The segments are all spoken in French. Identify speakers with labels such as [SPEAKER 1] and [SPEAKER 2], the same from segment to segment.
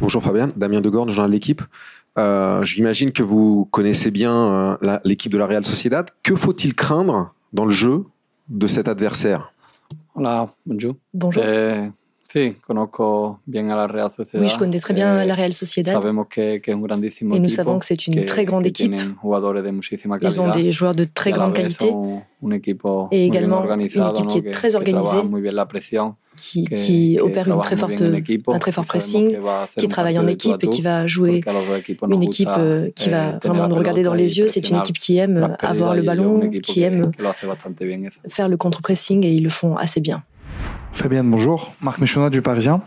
[SPEAKER 1] Bonjour Fabien, Damien Degorne, journal de l'équipe. Euh, J'imagine que vous connaissez bien euh, l'équipe de la Real Sociedad. Que faut-il craindre dans le jeu de cet adversaire
[SPEAKER 2] Hola, bonjour.
[SPEAKER 3] Bonjour.
[SPEAKER 2] Eh, sí, conozco bien a la Real Sociedad.
[SPEAKER 3] Oui, je connais très bien
[SPEAKER 2] Eh,
[SPEAKER 3] la Real Sociedad.
[SPEAKER 2] Sabemos que, que es un grandísimo
[SPEAKER 3] Et nous
[SPEAKER 2] equipo,
[SPEAKER 3] savons que c'est une très grande
[SPEAKER 2] que
[SPEAKER 3] équipe.
[SPEAKER 2] tienen jugadores de muchísima
[SPEAKER 3] Ils ont
[SPEAKER 2] calidad.
[SPEAKER 3] des joueurs de très
[SPEAKER 2] y a la
[SPEAKER 3] grande
[SPEAKER 2] vez
[SPEAKER 3] qualité
[SPEAKER 2] son un equipo
[SPEAKER 3] Et
[SPEAKER 2] muy bien
[SPEAKER 3] également une
[SPEAKER 2] organizado,
[SPEAKER 3] équipe
[SPEAKER 2] ¿no?
[SPEAKER 3] qui est
[SPEAKER 2] que,
[SPEAKER 3] très
[SPEAKER 2] que trabaja
[SPEAKER 3] organisée,
[SPEAKER 2] muy bien la presión,
[SPEAKER 3] qui,
[SPEAKER 2] que-
[SPEAKER 3] qui
[SPEAKER 2] que
[SPEAKER 3] opère une
[SPEAKER 2] trabaja
[SPEAKER 3] très
[SPEAKER 2] muy
[SPEAKER 3] forte,
[SPEAKER 2] bien en equipo,
[SPEAKER 3] un très fort
[SPEAKER 2] y sabemos
[SPEAKER 3] pressing,
[SPEAKER 2] que va a hacer
[SPEAKER 3] qui
[SPEAKER 2] un
[SPEAKER 3] travaille en
[SPEAKER 2] partido de tout à
[SPEAKER 3] équipe et
[SPEAKER 2] tout,
[SPEAKER 3] qui va jouer
[SPEAKER 2] porque a los dos equipos nos
[SPEAKER 3] une équipe
[SPEAKER 2] gusta,
[SPEAKER 3] euh, qui
[SPEAKER 2] eh,
[SPEAKER 3] va
[SPEAKER 2] tener
[SPEAKER 3] vraiment
[SPEAKER 2] la
[SPEAKER 3] nous regarder
[SPEAKER 2] pelota
[SPEAKER 3] dans
[SPEAKER 2] y
[SPEAKER 3] les yeux. C'est une
[SPEAKER 2] presionar
[SPEAKER 3] équipe qui aime euh,
[SPEAKER 2] tras pérdida,
[SPEAKER 3] avoir le
[SPEAKER 2] y ellos un
[SPEAKER 3] ballon,
[SPEAKER 2] equipo que-
[SPEAKER 3] qui aime
[SPEAKER 2] que lo hace bastante bien eso.
[SPEAKER 3] faire le contre-pressing et ils le font assez bien.
[SPEAKER 4] Fabienne, bonjour. Marc Méchona du Parisien.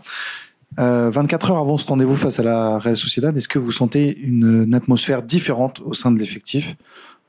[SPEAKER 4] Euh, 24 heures avant ce rendez-vous face à la Real Sociedad, est-ce que vous sentez une, une atmosphère différente au sein de l'effectif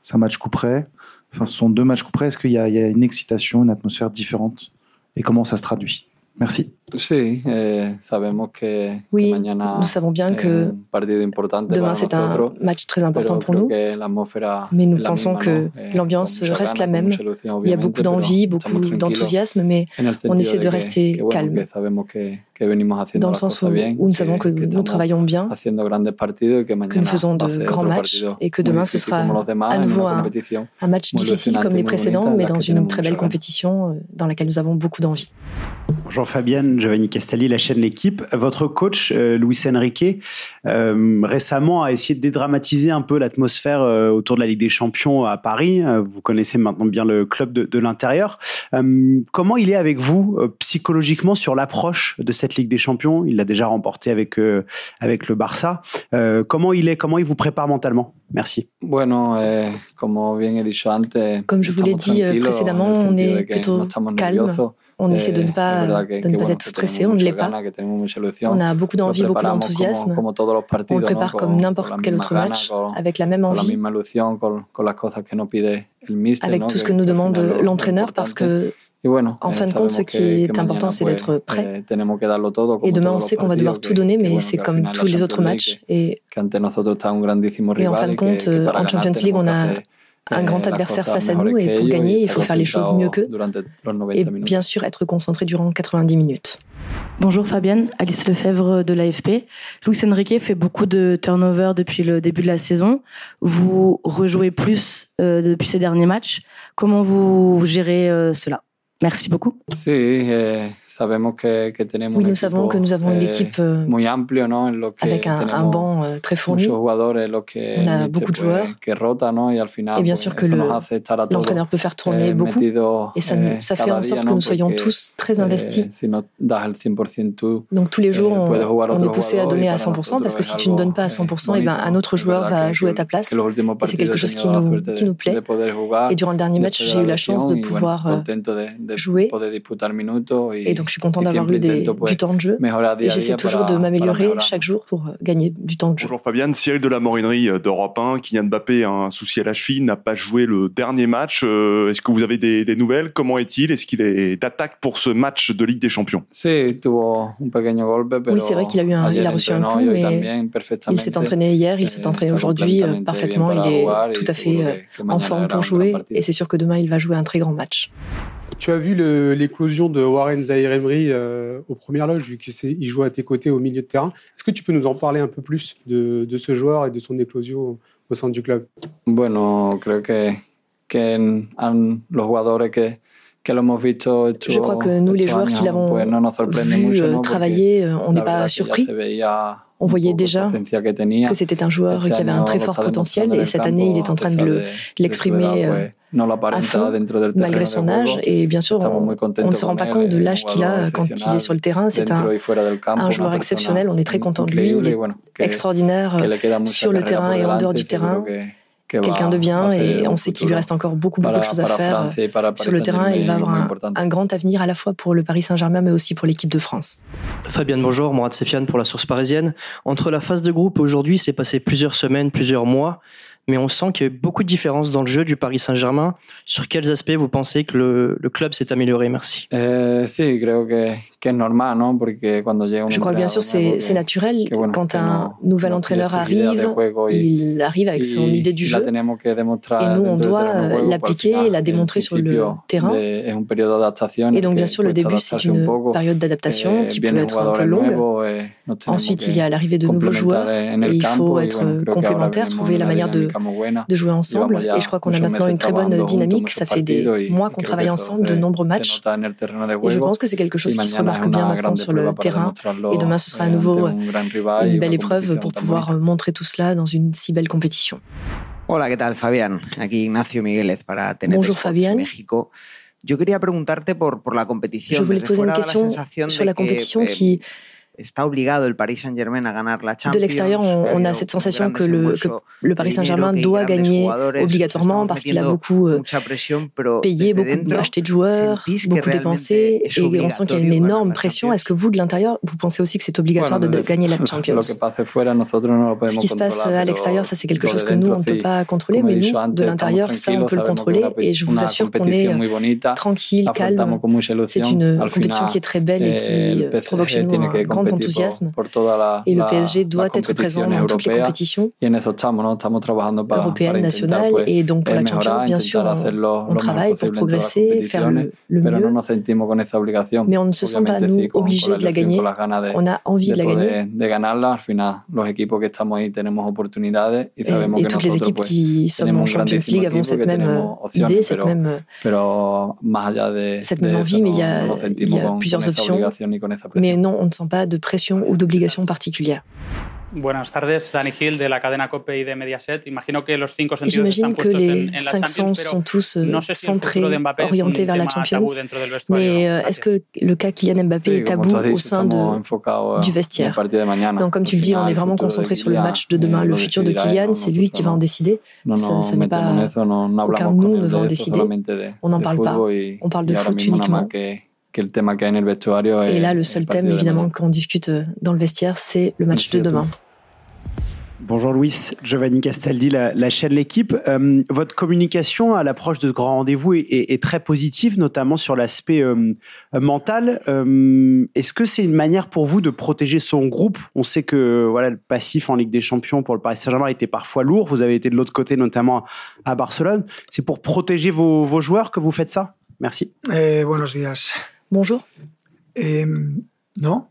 [SPEAKER 4] C'est un match coup près. Enfin, ce sont deux matchs coup près. Est-ce qu'il y, a- il y a une excitation, une atmosphère différente Et comment ça se traduit Merci.
[SPEAKER 2] Sí, eh, sabemos que, que
[SPEAKER 3] Oui,
[SPEAKER 2] mañana
[SPEAKER 3] Nous savons bien
[SPEAKER 2] es
[SPEAKER 3] que
[SPEAKER 2] un partido importante
[SPEAKER 3] demain,
[SPEAKER 2] para
[SPEAKER 3] c'est un
[SPEAKER 2] nosotros,
[SPEAKER 3] match très
[SPEAKER 2] pero
[SPEAKER 3] important pour
[SPEAKER 2] creo
[SPEAKER 3] nous.
[SPEAKER 2] que la atmósfera
[SPEAKER 3] mais nous
[SPEAKER 2] es la
[SPEAKER 3] pensons
[SPEAKER 2] misma,
[SPEAKER 3] que
[SPEAKER 2] ¿no? Eh,
[SPEAKER 3] l'ambiance
[SPEAKER 2] con mucha
[SPEAKER 3] reste
[SPEAKER 2] gana,
[SPEAKER 3] la
[SPEAKER 2] con
[SPEAKER 3] même.
[SPEAKER 2] mucha ilusión,
[SPEAKER 3] Il y a
[SPEAKER 2] obviamente,
[SPEAKER 3] beaucoup
[SPEAKER 2] pero
[SPEAKER 3] d'envie, beaucoup
[SPEAKER 2] estamos tranquilos.
[SPEAKER 3] d'enthousiasme, mais
[SPEAKER 2] En el
[SPEAKER 3] On
[SPEAKER 2] sentido
[SPEAKER 3] essaie de
[SPEAKER 2] que-
[SPEAKER 3] rester
[SPEAKER 2] que bueno,
[SPEAKER 3] calme.
[SPEAKER 2] que sabemos que- que venimos haciendo
[SPEAKER 3] dans le
[SPEAKER 2] las
[SPEAKER 3] sens où,
[SPEAKER 2] cosas bien,
[SPEAKER 3] où nous savons que
[SPEAKER 2] que- que
[SPEAKER 3] nous
[SPEAKER 2] estamos
[SPEAKER 3] travaillons bien,
[SPEAKER 2] haciendo grandes partidos y que
[SPEAKER 3] que nous
[SPEAKER 2] mañana
[SPEAKER 3] faisons
[SPEAKER 2] va a
[SPEAKER 3] de
[SPEAKER 2] ser
[SPEAKER 3] grands
[SPEAKER 2] otro
[SPEAKER 3] matchs
[SPEAKER 2] partido
[SPEAKER 3] et que
[SPEAKER 2] muy
[SPEAKER 3] demain ce
[SPEAKER 2] difícil
[SPEAKER 3] sera
[SPEAKER 2] como los demás
[SPEAKER 3] à
[SPEAKER 2] en
[SPEAKER 3] nouveau
[SPEAKER 2] una
[SPEAKER 3] un,
[SPEAKER 2] competición.
[SPEAKER 3] un match
[SPEAKER 2] Moi, le
[SPEAKER 3] difficile
[SPEAKER 2] Sénat
[SPEAKER 3] comme les
[SPEAKER 2] Témoin
[SPEAKER 3] précédents,
[SPEAKER 2] Bonita,
[SPEAKER 3] mais
[SPEAKER 2] la
[SPEAKER 3] dans
[SPEAKER 2] Catena
[SPEAKER 3] une très belle
[SPEAKER 2] Montserrat.
[SPEAKER 3] compétition euh, dans laquelle nous avons beaucoup d'envie.
[SPEAKER 5] Bonjour Fabienne, Giovanni Castelli, la chaîne L'équipe. Votre coach, euh, Luis Enrique, euh, récemment a essayé de dédramatiser un peu l'atmosphère euh, autour de la Ligue des Champions à Paris. Euh, vous connaissez maintenant bien le club de, de l'intérieur. Euh, comment il est avec vous euh, psychologiquement sur l'approche de cette Ligue des Champions Il l'a déjà remportée avec, euh, avec le Barça. Euh, comment il est Comment il vous prépare mentalement Merci.
[SPEAKER 2] Bueno, eh, como bien he dicho antes,
[SPEAKER 3] Comme je vous l'ai
[SPEAKER 2] estamos
[SPEAKER 3] dit, euh,
[SPEAKER 2] tranquilos en el
[SPEAKER 3] précédemment, on
[SPEAKER 2] sentido
[SPEAKER 3] est
[SPEAKER 2] de que
[SPEAKER 3] plutôt
[SPEAKER 2] no estamos
[SPEAKER 3] calme.
[SPEAKER 2] nerviosos.
[SPEAKER 3] On essaie de ne
[SPEAKER 2] Eh, es
[SPEAKER 3] pas,
[SPEAKER 2] verdad que-
[SPEAKER 3] de
[SPEAKER 2] que
[SPEAKER 3] ne pas
[SPEAKER 2] bueno,
[SPEAKER 3] être
[SPEAKER 2] que
[SPEAKER 3] stressé,
[SPEAKER 2] tenemos
[SPEAKER 3] on ne l'est
[SPEAKER 2] muchas
[SPEAKER 3] pas.
[SPEAKER 2] ganas, que tenemos mucha ilusión.
[SPEAKER 3] On a beaucoup
[SPEAKER 2] Lo
[SPEAKER 3] d'envie, beaucoup
[SPEAKER 2] preparamos
[SPEAKER 3] d'enthousiasme.
[SPEAKER 2] Como, como todos los
[SPEAKER 3] On
[SPEAKER 2] partidos,
[SPEAKER 3] le
[SPEAKER 2] ¿no?
[SPEAKER 3] prépare
[SPEAKER 2] Con-
[SPEAKER 3] comme
[SPEAKER 2] con
[SPEAKER 3] n'importe
[SPEAKER 2] las
[SPEAKER 3] quel
[SPEAKER 2] mismas
[SPEAKER 3] autre
[SPEAKER 2] ganas,
[SPEAKER 3] match,
[SPEAKER 2] con-
[SPEAKER 3] avec la même
[SPEAKER 2] con la
[SPEAKER 3] envie,
[SPEAKER 2] misma ilusión, con, con las cosas que nos pide el míster,
[SPEAKER 3] avec
[SPEAKER 2] ¿no?
[SPEAKER 3] tout ce que
[SPEAKER 2] al
[SPEAKER 3] nous
[SPEAKER 2] final
[SPEAKER 3] demande
[SPEAKER 2] lo- lo
[SPEAKER 3] l'entraîneur, parce
[SPEAKER 2] importante.
[SPEAKER 3] que
[SPEAKER 2] Y bueno,
[SPEAKER 3] en
[SPEAKER 2] eh,
[SPEAKER 3] fin de compte,
[SPEAKER 2] sabemos
[SPEAKER 3] ce qui
[SPEAKER 2] que-
[SPEAKER 3] est
[SPEAKER 2] que
[SPEAKER 3] important,
[SPEAKER 2] mañana,
[SPEAKER 3] c'est
[SPEAKER 2] pues,
[SPEAKER 3] d'être prêt.
[SPEAKER 2] eh, tenemos que darlo todo, como
[SPEAKER 3] et demain
[SPEAKER 2] todos
[SPEAKER 3] on
[SPEAKER 2] los
[SPEAKER 3] sait qu'on va devoir
[SPEAKER 2] partidos,
[SPEAKER 3] tout
[SPEAKER 2] que-
[SPEAKER 3] donner,
[SPEAKER 2] que
[SPEAKER 3] mais
[SPEAKER 2] bueno,
[SPEAKER 3] c'est
[SPEAKER 2] que al
[SPEAKER 3] comme
[SPEAKER 2] final la
[SPEAKER 3] tous les autres
[SPEAKER 2] Champions League,
[SPEAKER 3] matchs. Et
[SPEAKER 2] que ante nosotros está un grandísimo
[SPEAKER 3] Et en
[SPEAKER 2] rival
[SPEAKER 3] fin de
[SPEAKER 2] y que-
[SPEAKER 3] compte,
[SPEAKER 2] que
[SPEAKER 3] euh,
[SPEAKER 2] para
[SPEAKER 3] en
[SPEAKER 2] ganar
[SPEAKER 3] Champions League,
[SPEAKER 2] tenemos
[SPEAKER 3] on
[SPEAKER 2] que
[SPEAKER 3] a
[SPEAKER 2] hacer,
[SPEAKER 3] un
[SPEAKER 2] eh,
[SPEAKER 3] grand
[SPEAKER 2] las
[SPEAKER 3] adversaire
[SPEAKER 2] cosas
[SPEAKER 3] face à
[SPEAKER 2] mejores
[SPEAKER 3] nous, et
[SPEAKER 2] que
[SPEAKER 3] pour
[SPEAKER 2] ellos,
[SPEAKER 3] gagner, il
[SPEAKER 2] estar
[SPEAKER 3] faut faire les choses
[SPEAKER 2] concentrados
[SPEAKER 3] mieux qu'eux,
[SPEAKER 2] durante los 90
[SPEAKER 3] et
[SPEAKER 2] minutos.
[SPEAKER 3] bien sûr être concentré durant 90 minutes.
[SPEAKER 6] Bonjour Fabienne, Alice Lefebvre de l'AFP. Luis Enrique fait beaucoup de turnover depuis le début de la saison. Vous rejouez plus euh, depuis ces derniers matchs. Comment vous gérez euh, cela Merci beaucoup.
[SPEAKER 2] Sí, eh, sabemos que, que tenemos
[SPEAKER 3] Oui,
[SPEAKER 2] un
[SPEAKER 3] nous savons
[SPEAKER 2] equipo,
[SPEAKER 3] que nous avons une
[SPEAKER 2] eh,
[SPEAKER 3] équipe euh,
[SPEAKER 2] muy amplio, ¿no? En lo que
[SPEAKER 3] avec un, un
[SPEAKER 2] tenemos
[SPEAKER 3] banc euh, très fourni.
[SPEAKER 2] muchos jugadores, lo que
[SPEAKER 3] On a
[SPEAKER 2] el míster,
[SPEAKER 3] beaucoup de
[SPEAKER 2] pues,
[SPEAKER 3] joueurs.
[SPEAKER 2] que rota, ¿no? Y al final
[SPEAKER 3] Et bien
[SPEAKER 2] pues,
[SPEAKER 3] sûr que
[SPEAKER 2] eso
[SPEAKER 3] le-
[SPEAKER 2] nos hace estar a todos,
[SPEAKER 3] L'entraîneur peut faire tourner
[SPEAKER 2] eh,
[SPEAKER 3] beaucoup,
[SPEAKER 2] metidos,
[SPEAKER 3] et ça,
[SPEAKER 2] eh,
[SPEAKER 3] ça fait
[SPEAKER 2] cada
[SPEAKER 3] en
[SPEAKER 2] día,
[SPEAKER 3] sorte
[SPEAKER 2] ¿no?
[SPEAKER 3] que nous soyons
[SPEAKER 2] Porque,
[SPEAKER 3] tous très
[SPEAKER 2] eh,
[SPEAKER 3] investis.
[SPEAKER 2] si no das el 100% tú,
[SPEAKER 3] Donc tous les jours,
[SPEAKER 2] eh,
[SPEAKER 3] on,
[SPEAKER 2] puedes jugar
[SPEAKER 3] on
[SPEAKER 2] otro
[SPEAKER 3] est poussé à
[SPEAKER 2] jugador y
[SPEAKER 3] donner à
[SPEAKER 2] para
[SPEAKER 3] 100%, parce que
[SPEAKER 2] nosotros
[SPEAKER 3] si
[SPEAKER 2] es
[SPEAKER 3] tu ne donnes pas à
[SPEAKER 2] algo, eh,
[SPEAKER 3] 100%, eh ben,
[SPEAKER 2] bonito,
[SPEAKER 3] un autre
[SPEAKER 2] ¿no?
[SPEAKER 3] joueur
[SPEAKER 2] Es
[SPEAKER 3] va
[SPEAKER 2] verdad que-
[SPEAKER 3] jouer à
[SPEAKER 2] que-
[SPEAKER 3] ta place.
[SPEAKER 2] que los últimos
[SPEAKER 3] Et c'est quelque
[SPEAKER 2] partidos he
[SPEAKER 3] chose qui
[SPEAKER 2] tenido la
[SPEAKER 3] nous-
[SPEAKER 2] suerte
[SPEAKER 3] qui
[SPEAKER 2] de-
[SPEAKER 3] nous plaît.
[SPEAKER 2] de poder jugar,
[SPEAKER 3] Et durant le dernier
[SPEAKER 2] de
[SPEAKER 3] match,
[SPEAKER 2] estar
[SPEAKER 3] j'ai
[SPEAKER 2] a
[SPEAKER 3] eu
[SPEAKER 2] la
[SPEAKER 3] la chance
[SPEAKER 2] lesión
[SPEAKER 3] de
[SPEAKER 2] y, bueno,
[SPEAKER 3] pouvoir euh,
[SPEAKER 2] contento de- de
[SPEAKER 3] jouer.
[SPEAKER 2] poder disputar minutos y-
[SPEAKER 3] Et donc je suis content
[SPEAKER 2] et
[SPEAKER 3] d'avoir eu
[SPEAKER 2] siempre
[SPEAKER 3] des,
[SPEAKER 2] intento, pues,
[SPEAKER 3] du temps de jeu.
[SPEAKER 2] mejorar
[SPEAKER 3] Et
[SPEAKER 2] día a
[SPEAKER 3] j'essaie
[SPEAKER 2] día
[SPEAKER 3] toujours de
[SPEAKER 2] para- para
[SPEAKER 3] m'améliorer
[SPEAKER 2] mejorar.
[SPEAKER 3] chaque jour pour euh, gagner du temps de jeu.
[SPEAKER 7] Bonjour Fabienne, Cyril de la Morinerie euh, d'Europe 1, Kylian Mbappé a un souci à la cheville, n'a pas joué le dernier match. Euh, Est-ce que vous avez des, des nouvelles Comment est-il Est-ce qu'il est d'attaque pour ce match de Ligue des Champions
[SPEAKER 2] Sí, tuvo un pequeño golpe, pero
[SPEAKER 3] Oui, c'est vrai qu'il a eu un-
[SPEAKER 2] ayer
[SPEAKER 3] il a reçu un
[SPEAKER 2] entrenó
[SPEAKER 3] coup,
[SPEAKER 2] y hoy
[SPEAKER 3] mais
[SPEAKER 2] también
[SPEAKER 3] Il
[SPEAKER 2] perfectamente.
[SPEAKER 3] s'est entraîné hier, il s'est
[SPEAKER 2] Eh,
[SPEAKER 3] entraîné
[SPEAKER 2] está
[SPEAKER 3] aujourd'hui euh,
[SPEAKER 2] completamente
[SPEAKER 3] parfaitement,
[SPEAKER 2] bien
[SPEAKER 3] il
[SPEAKER 2] para
[SPEAKER 3] est
[SPEAKER 2] jugar y
[SPEAKER 3] tout à
[SPEAKER 2] seguro
[SPEAKER 3] fait euh,
[SPEAKER 2] que- que
[SPEAKER 3] en
[SPEAKER 2] mañana
[SPEAKER 3] forme
[SPEAKER 2] hará
[SPEAKER 3] pour
[SPEAKER 2] un
[SPEAKER 3] jouer,
[SPEAKER 2] gran partido.
[SPEAKER 3] et c'est sûr que demain il va jouer un très grand match.
[SPEAKER 8] Tu as vu le- l'éclosion de Warren Zahir Emery euh, aux premières loges, vu qu'il joue à tes côtés au milieu de terrain. Est-ce que tu peux nous en parler un peu plus de, de ce joueur et de son éclosion au, au sein du club
[SPEAKER 2] Bueno, creo que, que en- han- los jugadores que, que lo hemos visto estos-
[SPEAKER 3] Je crois que nous, les
[SPEAKER 2] estos
[SPEAKER 3] joueurs qui
[SPEAKER 2] años,
[SPEAKER 3] l'avons
[SPEAKER 2] pues, no nos sorprende
[SPEAKER 3] vu
[SPEAKER 2] mucho,
[SPEAKER 3] euh,
[SPEAKER 2] ¿no? Porque
[SPEAKER 3] travailler, euh,
[SPEAKER 2] la
[SPEAKER 3] on n'est
[SPEAKER 2] verdad que
[SPEAKER 3] pas
[SPEAKER 2] ya
[SPEAKER 3] surpris
[SPEAKER 2] se veía
[SPEAKER 3] On
[SPEAKER 2] un
[SPEAKER 3] voyait
[SPEAKER 2] poco el
[SPEAKER 3] déjà
[SPEAKER 2] potencial que tenía.
[SPEAKER 3] que c'était un joueur
[SPEAKER 2] Este
[SPEAKER 3] qui avait
[SPEAKER 2] año
[SPEAKER 3] un
[SPEAKER 2] lo
[SPEAKER 3] très fort
[SPEAKER 2] está demostrando
[SPEAKER 3] potentiel,
[SPEAKER 2] en
[SPEAKER 3] et
[SPEAKER 2] el
[SPEAKER 3] cette année
[SPEAKER 2] campo,
[SPEAKER 3] il est en train de
[SPEAKER 2] a pesar
[SPEAKER 3] le,
[SPEAKER 2] de- de su
[SPEAKER 3] l'exprimer,
[SPEAKER 2] edad,
[SPEAKER 3] euh,
[SPEAKER 2] pues, no lo aparenta
[SPEAKER 3] fond,
[SPEAKER 2] dentro del terreno
[SPEAKER 3] malgré
[SPEAKER 2] de
[SPEAKER 3] son
[SPEAKER 2] juego.
[SPEAKER 3] âge, et bien sûr
[SPEAKER 2] Estamos muy
[SPEAKER 3] on, on ne
[SPEAKER 2] contentos
[SPEAKER 3] se rend
[SPEAKER 2] con
[SPEAKER 3] pas
[SPEAKER 2] él,
[SPEAKER 3] compte de
[SPEAKER 2] es un
[SPEAKER 3] l'âge qu'il
[SPEAKER 2] jugador
[SPEAKER 3] a euh, quand il est
[SPEAKER 2] excepcional
[SPEAKER 3] sur le terrain, c'est
[SPEAKER 2] dentro
[SPEAKER 3] un
[SPEAKER 2] y fuera del campo,
[SPEAKER 3] un
[SPEAKER 2] una
[SPEAKER 3] joueur
[SPEAKER 2] persona
[SPEAKER 3] exceptionnel, on est très content de lui,
[SPEAKER 2] increíble,
[SPEAKER 3] il est
[SPEAKER 2] bueno, que-
[SPEAKER 3] extraordinaire,
[SPEAKER 2] que
[SPEAKER 3] euh,
[SPEAKER 2] le queda mucha
[SPEAKER 3] sur le
[SPEAKER 2] carrera por
[SPEAKER 3] terrain et en dehors
[SPEAKER 2] delante,
[SPEAKER 3] du
[SPEAKER 2] seguro
[SPEAKER 3] terrain,
[SPEAKER 2] que- que va-
[SPEAKER 3] quelqu'un de
[SPEAKER 2] va
[SPEAKER 3] bien,
[SPEAKER 2] hacer
[SPEAKER 3] et
[SPEAKER 2] un
[SPEAKER 3] on sait qu'il lui
[SPEAKER 2] futuro
[SPEAKER 3] reste encore beaucoup, beaucoup de
[SPEAKER 2] para-
[SPEAKER 3] choses à
[SPEAKER 2] para
[SPEAKER 3] faire.
[SPEAKER 2] Francia y para
[SPEAKER 3] Sur le
[SPEAKER 2] Paris
[SPEAKER 3] terrain, il va
[SPEAKER 2] Saint-Germain
[SPEAKER 3] avoir
[SPEAKER 2] muy
[SPEAKER 3] un,
[SPEAKER 2] importante.
[SPEAKER 3] un grand avenir à la fois pour le Paris Saint-Germain, mais aussi pour l'équipe de France.
[SPEAKER 9] Fabienne, bonjour. Mourad Sefiane pour la source parisienne. Entre la phase de groupe et aujourd'hui, c'est passé plusieurs semaines, plusieurs mois, mais on sent qu'il y a eu beaucoup de différences dans le jeu du Paris Saint-Germain. Sur quels aspects vous pensez que le, le club s'est amélioré Merci.
[SPEAKER 2] Eh, sí, creo que, que es normal, ¿no? Porque cuando llega un
[SPEAKER 3] Je crois que bien sûr,
[SPEAKER 2] entrenador
[SPEAKER 3] c'est
[SPEAKER 2] nuevo
[SPEAKER 3] c'est
[SPEAKER 2] que-
[SPEAKER 3] naturel.
[SPEAKER 2] que, bueno,
[SPEAKER 3] Quand
[SPEAKER 2] que
[SPEAKER 3] un
[SPEAKER 2] no-
[SPEAKER 3] nouvel
[SPEAKER 2] no tiene
[SPEAKER 3] entraîneur
[SPEAKER 2] su idea de
[SPEAKER 3] arrive,
[SPEAKER 2] juego y-
[SPEAKER 3] il arrive avec son
[SPEAKER 2] y-
[SPEAKER 3] idée du
[SPEAKER 2] y la
[SPEAKER 3] jeu.
[SPEAKER 2] tenemos que demostrar
[SPEAKER 3] Et nous,
[SPEAKER 2] dentro
[SPEAKER 3] on
[SPEAKER 2] del
[SPEAKER 3] doit,
[SPEAKER 2] terreno de juego,
[SPEAKER 3] euh,
[SPEAKER 2] pues,
[SPEAKER 3] l'appliquer
[SPEAKER 2] al
[SPEAKER 3] et la
[SPEAKER 2] el
[SPEAKER 3] démontrer sur le
[SPEAKER 2] principio
[SPEAKER 3] terrain.
[SPEAKER 2] de- es un periodo de adaptación
[SPEAKER 3] Et donc,
[SPEAKER 2] que
[SPEAKER 3] bien sûr, le
[SPEAKER 2] cuesta
[SPEAKER 3] début, c'est
[SPEAKER 2] adaptarse un
[SPEAKER 3] une
[SPEAKER 2] poco,
[SPEAKER 3] période
[SPEAKER 2] eh,
[SPEAKER 3] d'adaptation qui peut
[SPEAKER 2] vienen
[SPEAKER 3] être un peu
[SPEAKER 2] jugadores
[SPEAKER 3] longue.
[SPEAKER 2] nuevos, eh, nos tenemos
[SPEAKER 3] Ensuite,
[SPEAKER 2] que
[SPEAKER 3] il y a l'arrivée de nouveaux
[SPEAKER 2] complementar
[SPEAKER 3] joueurs
[SPEAKER 2] en el
[SPEAKER 3] et il
[SPEAKER 2] campo,
[SPEAKER 3] faut
[SPEAKER 2] y
[SPEAKER 3] être
[SPEAKER 2] bueno, creo que ahora
[SPEAKER 3] complémentaire,
[SPEAKER 2] venimos
[SPEAKER 3] trouver
[SPEAKER 2] de
[SPEAKER 3] la
[SPEAKER 2] una
[SPEAKER 3] manière de,
[SPEAKER 2] dinámica muy buena.
[SPEAKER 3] de jouer ensemble.
[SPEAKER 2] Llevamos
[SPEAKER 3] Et
[SPEAKER 2] ya
[SPEAKER 3] je crois qu'on a
[SPEAKER 2] muchos
[SPEAKER 3] maintenant une
[SPEAKER 2] meses
[SPEAKER 3] très bonne
[SPEAKER 2] trabajando
[SPEAKER 3] dynamique.
[SPEAKER 2] juntos,
[SPEAKER 3] Ça
[SPEAKER 2] muchos
[SPEAKER 3] fait
[SPEAKER 2] partidos,
[SPEAKER 3] des
[SPEAKER 2] y
[SPEAKER 3] mois qu'on
[SPEAKER 2] creo que
[SPEAKER 3] travaille
[SPEAKER 2] eso
[SPEAKER 3] ensemble
[SPEAKER 2] se-
[SPEAKER 3] de nombreux
[SPEAKER 2] se
[SPEAKER 3] matchs.
[SPEAKER 2] nota en el terreno de
[SPEAKER 3] Et je
[SPEAKER 2] juego.
[SPEAKER 3] pense que c'est quelque chose
[SPEAKER 2] Y
[SPEAKER 3] qui se
[SPEAKER 2] mañana es
[SPEAKER 3] remarque bien
[SPEAKER 2] una
[SPEAKER 3] maintenant
[SPEAKER 2] grande
[SPEAKER 3] sur le
[SPEAKER 2] prueba para
[SPEAKER 3] terrain.
[SPEAKER 2] demostrarlo,
[SPEAKER 3] Et demain, ce sera à
[SPEAKER 2] eh, ante
[SPEAKER 3] nouveau euh,
[SPEAKER 2] un gran rival y
[SPEAKER 3] Une
[SPEAKER 2] una
[SPEAKER 3] belle
[SPEAKER 2] competición
[SPEAKER 3] épreuve pour
[SPEAKER 2] tan
[SPEAKER 3] pouvoir
[SPEAKER 2] bonita.
[SPEAKER 3] euh, montrer tout cela dans une si belle compétition.
[SPEAKER 10] Hola, ¿qué tal, Fabián? Aquí Ignacio Migueles para tener
[SPEAKER 3] Bonjour, Fabián.
[SPEAKER 10] México. Yo quería preguntarte por, por la competición.
[SPEAKER 3] Je voulais te
[SPEAKER 10] Desde
[SPEAKER 3] poser
[SPEAKER 10] fuera
[SPEAKER 3] une
[SPEAKER 10] da la
[SPEAKER 3] question
[SPEAKER 10] sensación
[SPEAKER 3] sur
[SPEAKER 10] de
[SPEAKER 3] la
[SPEAKER 10] que,
[SPEAKER 3] compétition
[SPEAKER 10] eh,
[SPEAKER 3] qui,
[SPEAKER 10] está obligado el Paris Saint-Germain a ganar la Champions.
[SPEAKER 3] de l'extérieur, on,
[SPEAKER 10] Ha
[SPEAKER 3] on a
[SPEAKER 10] habido
[SPEAKER 3] cette
[SPEAKER 10] un
[SPEAKER 3] sensation
[SPEAKER 10] gran
[SPEAKER 3] que le, que
[SPEAKER 10] desembolso
[SPEAKER 3] le Paris
[SPEAKER 10] de
[SPEAKER 3] Saint-Germain
[SPEAKER 10] dinero, que
[SPEAKER 3] doit
[SPEAKER 10] grandes
[SPEAKER 3] gagner
[SPEAKER 10] jugadores. O sea,
[SPEAKER 3] obligatoirement
[SPEAKER 10] estamos
[SPEAKER 3] parce qu'il a
[SPEAKER 10] metiendo
[SPEAKER 3] beaucoup euh,
[SPEAKER 10] mucha presión, pero desde
[SPEAKER 3] payé, beaucoup,
[SPEAKER 10] dentro
[SPEAKER 3] acheté de joueurs,
[SPEAKER 10] sentís que
[SPEAKER 3] beaucoup
[SPEAKER 10] realmente
[SPEAKER 3] dépensé,
[SPEAKER 10] es
[SPEAKER 3] et on sent qu'il y a
[SPEAKER 10] obligatorio
[SPEAKER 3] une
[SPEAKER 10] ganar
[SPEAKER 3] énorme
[SPEAKER 10] la
[SPEAKER 3] pression.
[SPEAKER 10] Champions.
[SPEAKER 3] Est-ce que vous, de l'intérieur, vous pensez aussi que c'est obligatoire
[SPEAKER 2] Bueno,
[SPEAKER 3] de, de
[SPEAKER 2] desde-
[SPEAKER 3] gagner la
[SPEAKER 2] lo-
[SPEAKER 3] Champions
[SPEAKER 2] Lo que pase fuera nosotros no lo
[SPEAKER 3] Ce
[SPEAKER 2] podemos
[SPEAKER 3] qui se passe
[SPEAKER 2] controlar,
[SPEAKER 3] à
[SPEAKER 2] pero
[SPEAKER 3] l'extérieur, ça c'est quelque
[SPEAKER 2] lo de
[SPEAKER 3] chose que nous on ne
[SPEAKER 2] dentro
[SPEAKER 3] peut
[SPEAKER 2] sí.
[SPEAKER 3] pas contrôler,
[SPEAKER 2] Como he
[SPEAKER 3] mais nous
[SPEAKER 2] dicho antes,
[SPEAKER 3] de
[SPEAKER 2] estamos
[SPEAKER 3] l'intérieur, ça on
[SPEAKER 2] tranquilos,
[SPEAKER 3] peut le
[SPEAKER 2] sabemos que
[SPEAKER 3] contrôler
[SPEAKER 2] una pe-
[SPEAKER 3] et je vous
[SPEAKER 2] una
[SPEAKER 3] assure qu'on est
[SPEAKER 2] competición
[SPEAKER 3] euh,
[SPEAKER 2] muy bonita,
[SPEAKER 3] tranquille,
[SPEAKER 2] afrontamos
[SPEAKER 3] calme.
[SPEAKER 2] con mucha
[SPEAKER 3] C'est
[SPEAKER 2] ilusión.
[SPEAKER 3] une
[SPEAKER 2] Al
[SPEAKER 3] compétition
[SPEAKER 2] final,
[SPEAKER 3] qui est très belle et
[SPEAKER 2] eh,
[SPEAKER 3] qui
[SPEAKER 2] el
[SPEAKER 3] euh, provoque chez
[SPEAKER 2] PSG tiene
[SPEAKER 3] nous un
[SPEAKER 2] que
[SPEAKER 3] grand
[SPEAKER 2] competir por,
[SPEAKER 3] enthousiasme.
[SPEAKER 2] por toda la,
[SPEAKER 3] Et le
[SPEAKER 2] la-
[SPEAKER 3] PSG doit
[SPEAKER 2] las
[SPEAKER 3] être présent
[SPEAKER 2] competiciones
[SPEAKER 3] dans toutes les
[SPEAKER 2] europeas
[SPEAKER 3] compétitions
[SPEAKER 2] y en eso estamos, ¿no? Estamos trabajando para, para
[SPEAKER 3] européennes,
[SPEAKER 2] intentar
[SPEAKER 3] nationales,
[SPEAKER 2] pues,
[SPEAKER 3] et donc pour
[SPEAKER 2] eh,
[SPEAKER 3] la Champions,
[SPEAKER 2] mejorar,
[SPEAKER 3] bien sûr,
[SPEAKER 2] intentar hacer
[SPEAKER 3] on,
[SPEAKER 2] lo,
[SPEAKER 3] on
[SPEAKER 2] lo mejor
[SPEAKER 3] travaille pour
[SPEAKER 2] posible en todas las
[SPEAKER 3] progresser, faire
[SPEAKER 2] competiciones,
[SPEAKER 3] le, le
[SPEAKER 2] pero no
[SPEAKER 3] mieux,
[SPEAKER 2] nos sentimos con esa obligación.
[SPEAKER 3] mais on ne se sent pas,
[SPEAKER 2] Obviamente
[SPEAKER 3] nous,
[SPEAKER 2] sí, con, con
[SPEAKER 3] obligés
[SPEAKER 2] la
[SPEAKER 3] de la
[SPEAKER 2] ilusión,
[SPEAKER 3] gagner.
[SPEAKER 2] con las ganas de,
[SPEAKER 3] On a envie de
[SPEAKER 2] de
[SPEAKER 3] la gagner.
[SPEAKER 2] poder de ganarla. Al final, los equipos que estamos ahí tenemos oportunidades y sabemos
[SPEAKER 3] Et, et
[SPEAKER 2] que
[SPEAKER 3] Eh, toutes les
[SPEAKER 2] nosotros,
[SPEAKER 3] équipes
[SPEAKER 2] pues,
[SPEAKER 3] qui sommes en
[SPEAKER 2] tenemos un
[SPEAKER 3] Champions
[SPEAKER 2] grandísimo
[SPEAKER 3] League avons
[SPEAKER 2] equipo
[SPEAKER 3] cette
[SPEAKER 2] que
[SPEAKER 3] même
[SPEAKER 2] tenemos
[SPEAKER 3] euh,
[SPEAKER 2] opciones,
[SPEAKER 3] idée, cette
[SPEAKER 2] pero-
[SPEAKER 3] même,
[SPEAKER 2] pero más allá de,
[SPEAKER 3] cette
[SPEAKER 2] de
[SPEAKER 3] même
[SPEAKER 2] eso,
[SPEAKER 3] envie, mais il y
[SPEAKER 2] no-
[SPEAKER 3] a,
[SPEAKER 2] no nos sentimos
[SPEAKER 3] il y a
[SPEAKER 2] con-
[SPEAKER 3] plusieurs
[SPEAKER 2] con esa
[SPEAKER 3] options.
[SPEAKER 2] obligación y con esa presión.
[SPEAKER 3] Mais non, on ne sent pas de pression ou d'obligation particulière.
[SPEAKER 11] Buenas tardes, Dani Gil de la cadena COPE y de Mediaset. Imagino que los cinco sentidos están
[SPEAKER 3] J'imagine que
[SPEAKER 11] puestos en,
[SPEAKER 3] les
[SPEAKER 11] en la
[SPEAKER 3] cinq sens
[SPEAKER 11] Champions,
[SPEAKER 3] sont
[SPEAKER 11] pero
[SPEAKER 3] tous euh,
[SPEAKER 11] no sé si el
[SPEAKER 3] centrés,
[SPEAKER 11] futuro de Mbappé es un
[SPEAKER 3] orientés vers la
[SPEAKER 11] tema
[SPEAKER 3] Champions.
[SPEAKER 11] tabú dentro del vestuario.
[SPEAKER 3] Mais
[SPEAKER 11] ¿no?
[SPEAKER 3] euh,
[SPEAKER 11] Gracias.
[SPEAKER 3] est-ce que le cas Kylian Mbappé
[SPEAKER 2] Sí, como
[SPEAKER 3] est tabou
[SPEAKER 2] tú has dicho,
[SPEAKER 3] au sein de,
[SPEAKER 2] estamos enfocados
[SPEAKER 3] du
[SPEAKER 2] en
[SPEAKER 3] vestiaire.
[SPEAKER 2] el partido euh, de mañana.
[SPEAKER 3] Donc, comme tu
[SPEAKER 2] Al
[SPEAKER 3] le dis, on
[SPEAKER 2] final,
[SPEAKER 3] est
[SPEAKER 2] el
[SPEAKER 3] vraiment
[SPEAKER 2] futuro de
[SPEAKER 3] concentré sur le
[SPEAKER 2] Kylian,
[SPEAKER 3] match de
[SPEAKER 2] eh,
[SPEAKER 3] demain. Le
[SPEAKER 2] lo
[SPEAKER 3] futur de
[SPEAKER 2] decidirá él,
[SPEAKER 3] Kylian,
[SPEAKER 2] no
[SPEAKER 3] c'est lui qui
[SPEAKER 2] nosotros,
[SPEAKER 3] va en
[SPEAKER 2] ¿no?
[SPEAKER 3] décider.
[SPEAKER 2] No
[SPEAKER 3] Ça-
[SPEAKER 2] nos
[SPEAKER 3] ça n'est
[SPEAKER 2] metemos en
[SPEAKER 3] pas-
[SPEAKER 2] eso, no, no hablamos
[SPEAKER 3] aucun
[SPEAKER 2] con
[SPEAKER 3] nous
[SPEAKER 2] él
[SPEAKER 3] ne va en
[SPEAKER 2] de eso,
[SPEAKER 3] décider.
[SPEAKER 2] solamente de,
[SPEAKER 3] On n'en
[SPEAKER 2] de
[SPEAKER 3] parle pas.
[SPEAKER 2] fútbol y,
[SPEAKER 3] On parle
[SPEAKER 2] y
[SPEAKER 3] de
[SPEAKER 2] ahora
[SPEAKER 3] foot
[SPEAKER 2] mismo nada más
[SPEAKER 3] uniquement.
[SPEAKER 2] que, que el tema que hay en el vestuario
[SPEAKER 3] Et
[SPEAKER 2] es
[SPEAKER 3] là, le
[SPEAKER 2] el
[SPEAKER 3] seul
[SPEAKER 2] partido
[SPEAKER 3] thème,
[SPEAKER 2] de mañana.
[SPEAKER 3] évidemment, qu'on discute euh, dans le vestiaire, c'est le match
[SPEAKER 5] Merci
[SPEAKER 3] de
[SPEAKER 5] à
[SPEAKER 3] demain.
[SPEAKER 5] Bonjour Louis, Giovanni Castaldi, la, la chaîne L'équipe. Euh, votre communication à l'approche de ce grand rendez-vous est, est- est très positive, notamment sur l'aspect euh, mental. Euh, Est-ce que c'est une manière pour vous de protéger son groupe On sait que voilà, le passif en Ligue des Champions pour le Paris Saint-Germain était parfois lourd. Vous avez été de l'autre côté, notamment à Barcelone. C'est pour protéger vos, vos joueurs que vous faites ça Merci.
[SPEAKER 12] Eh, buenos días.
[SPEAKER 3] Bonjour.
[SPEAKER 12] Eh, no,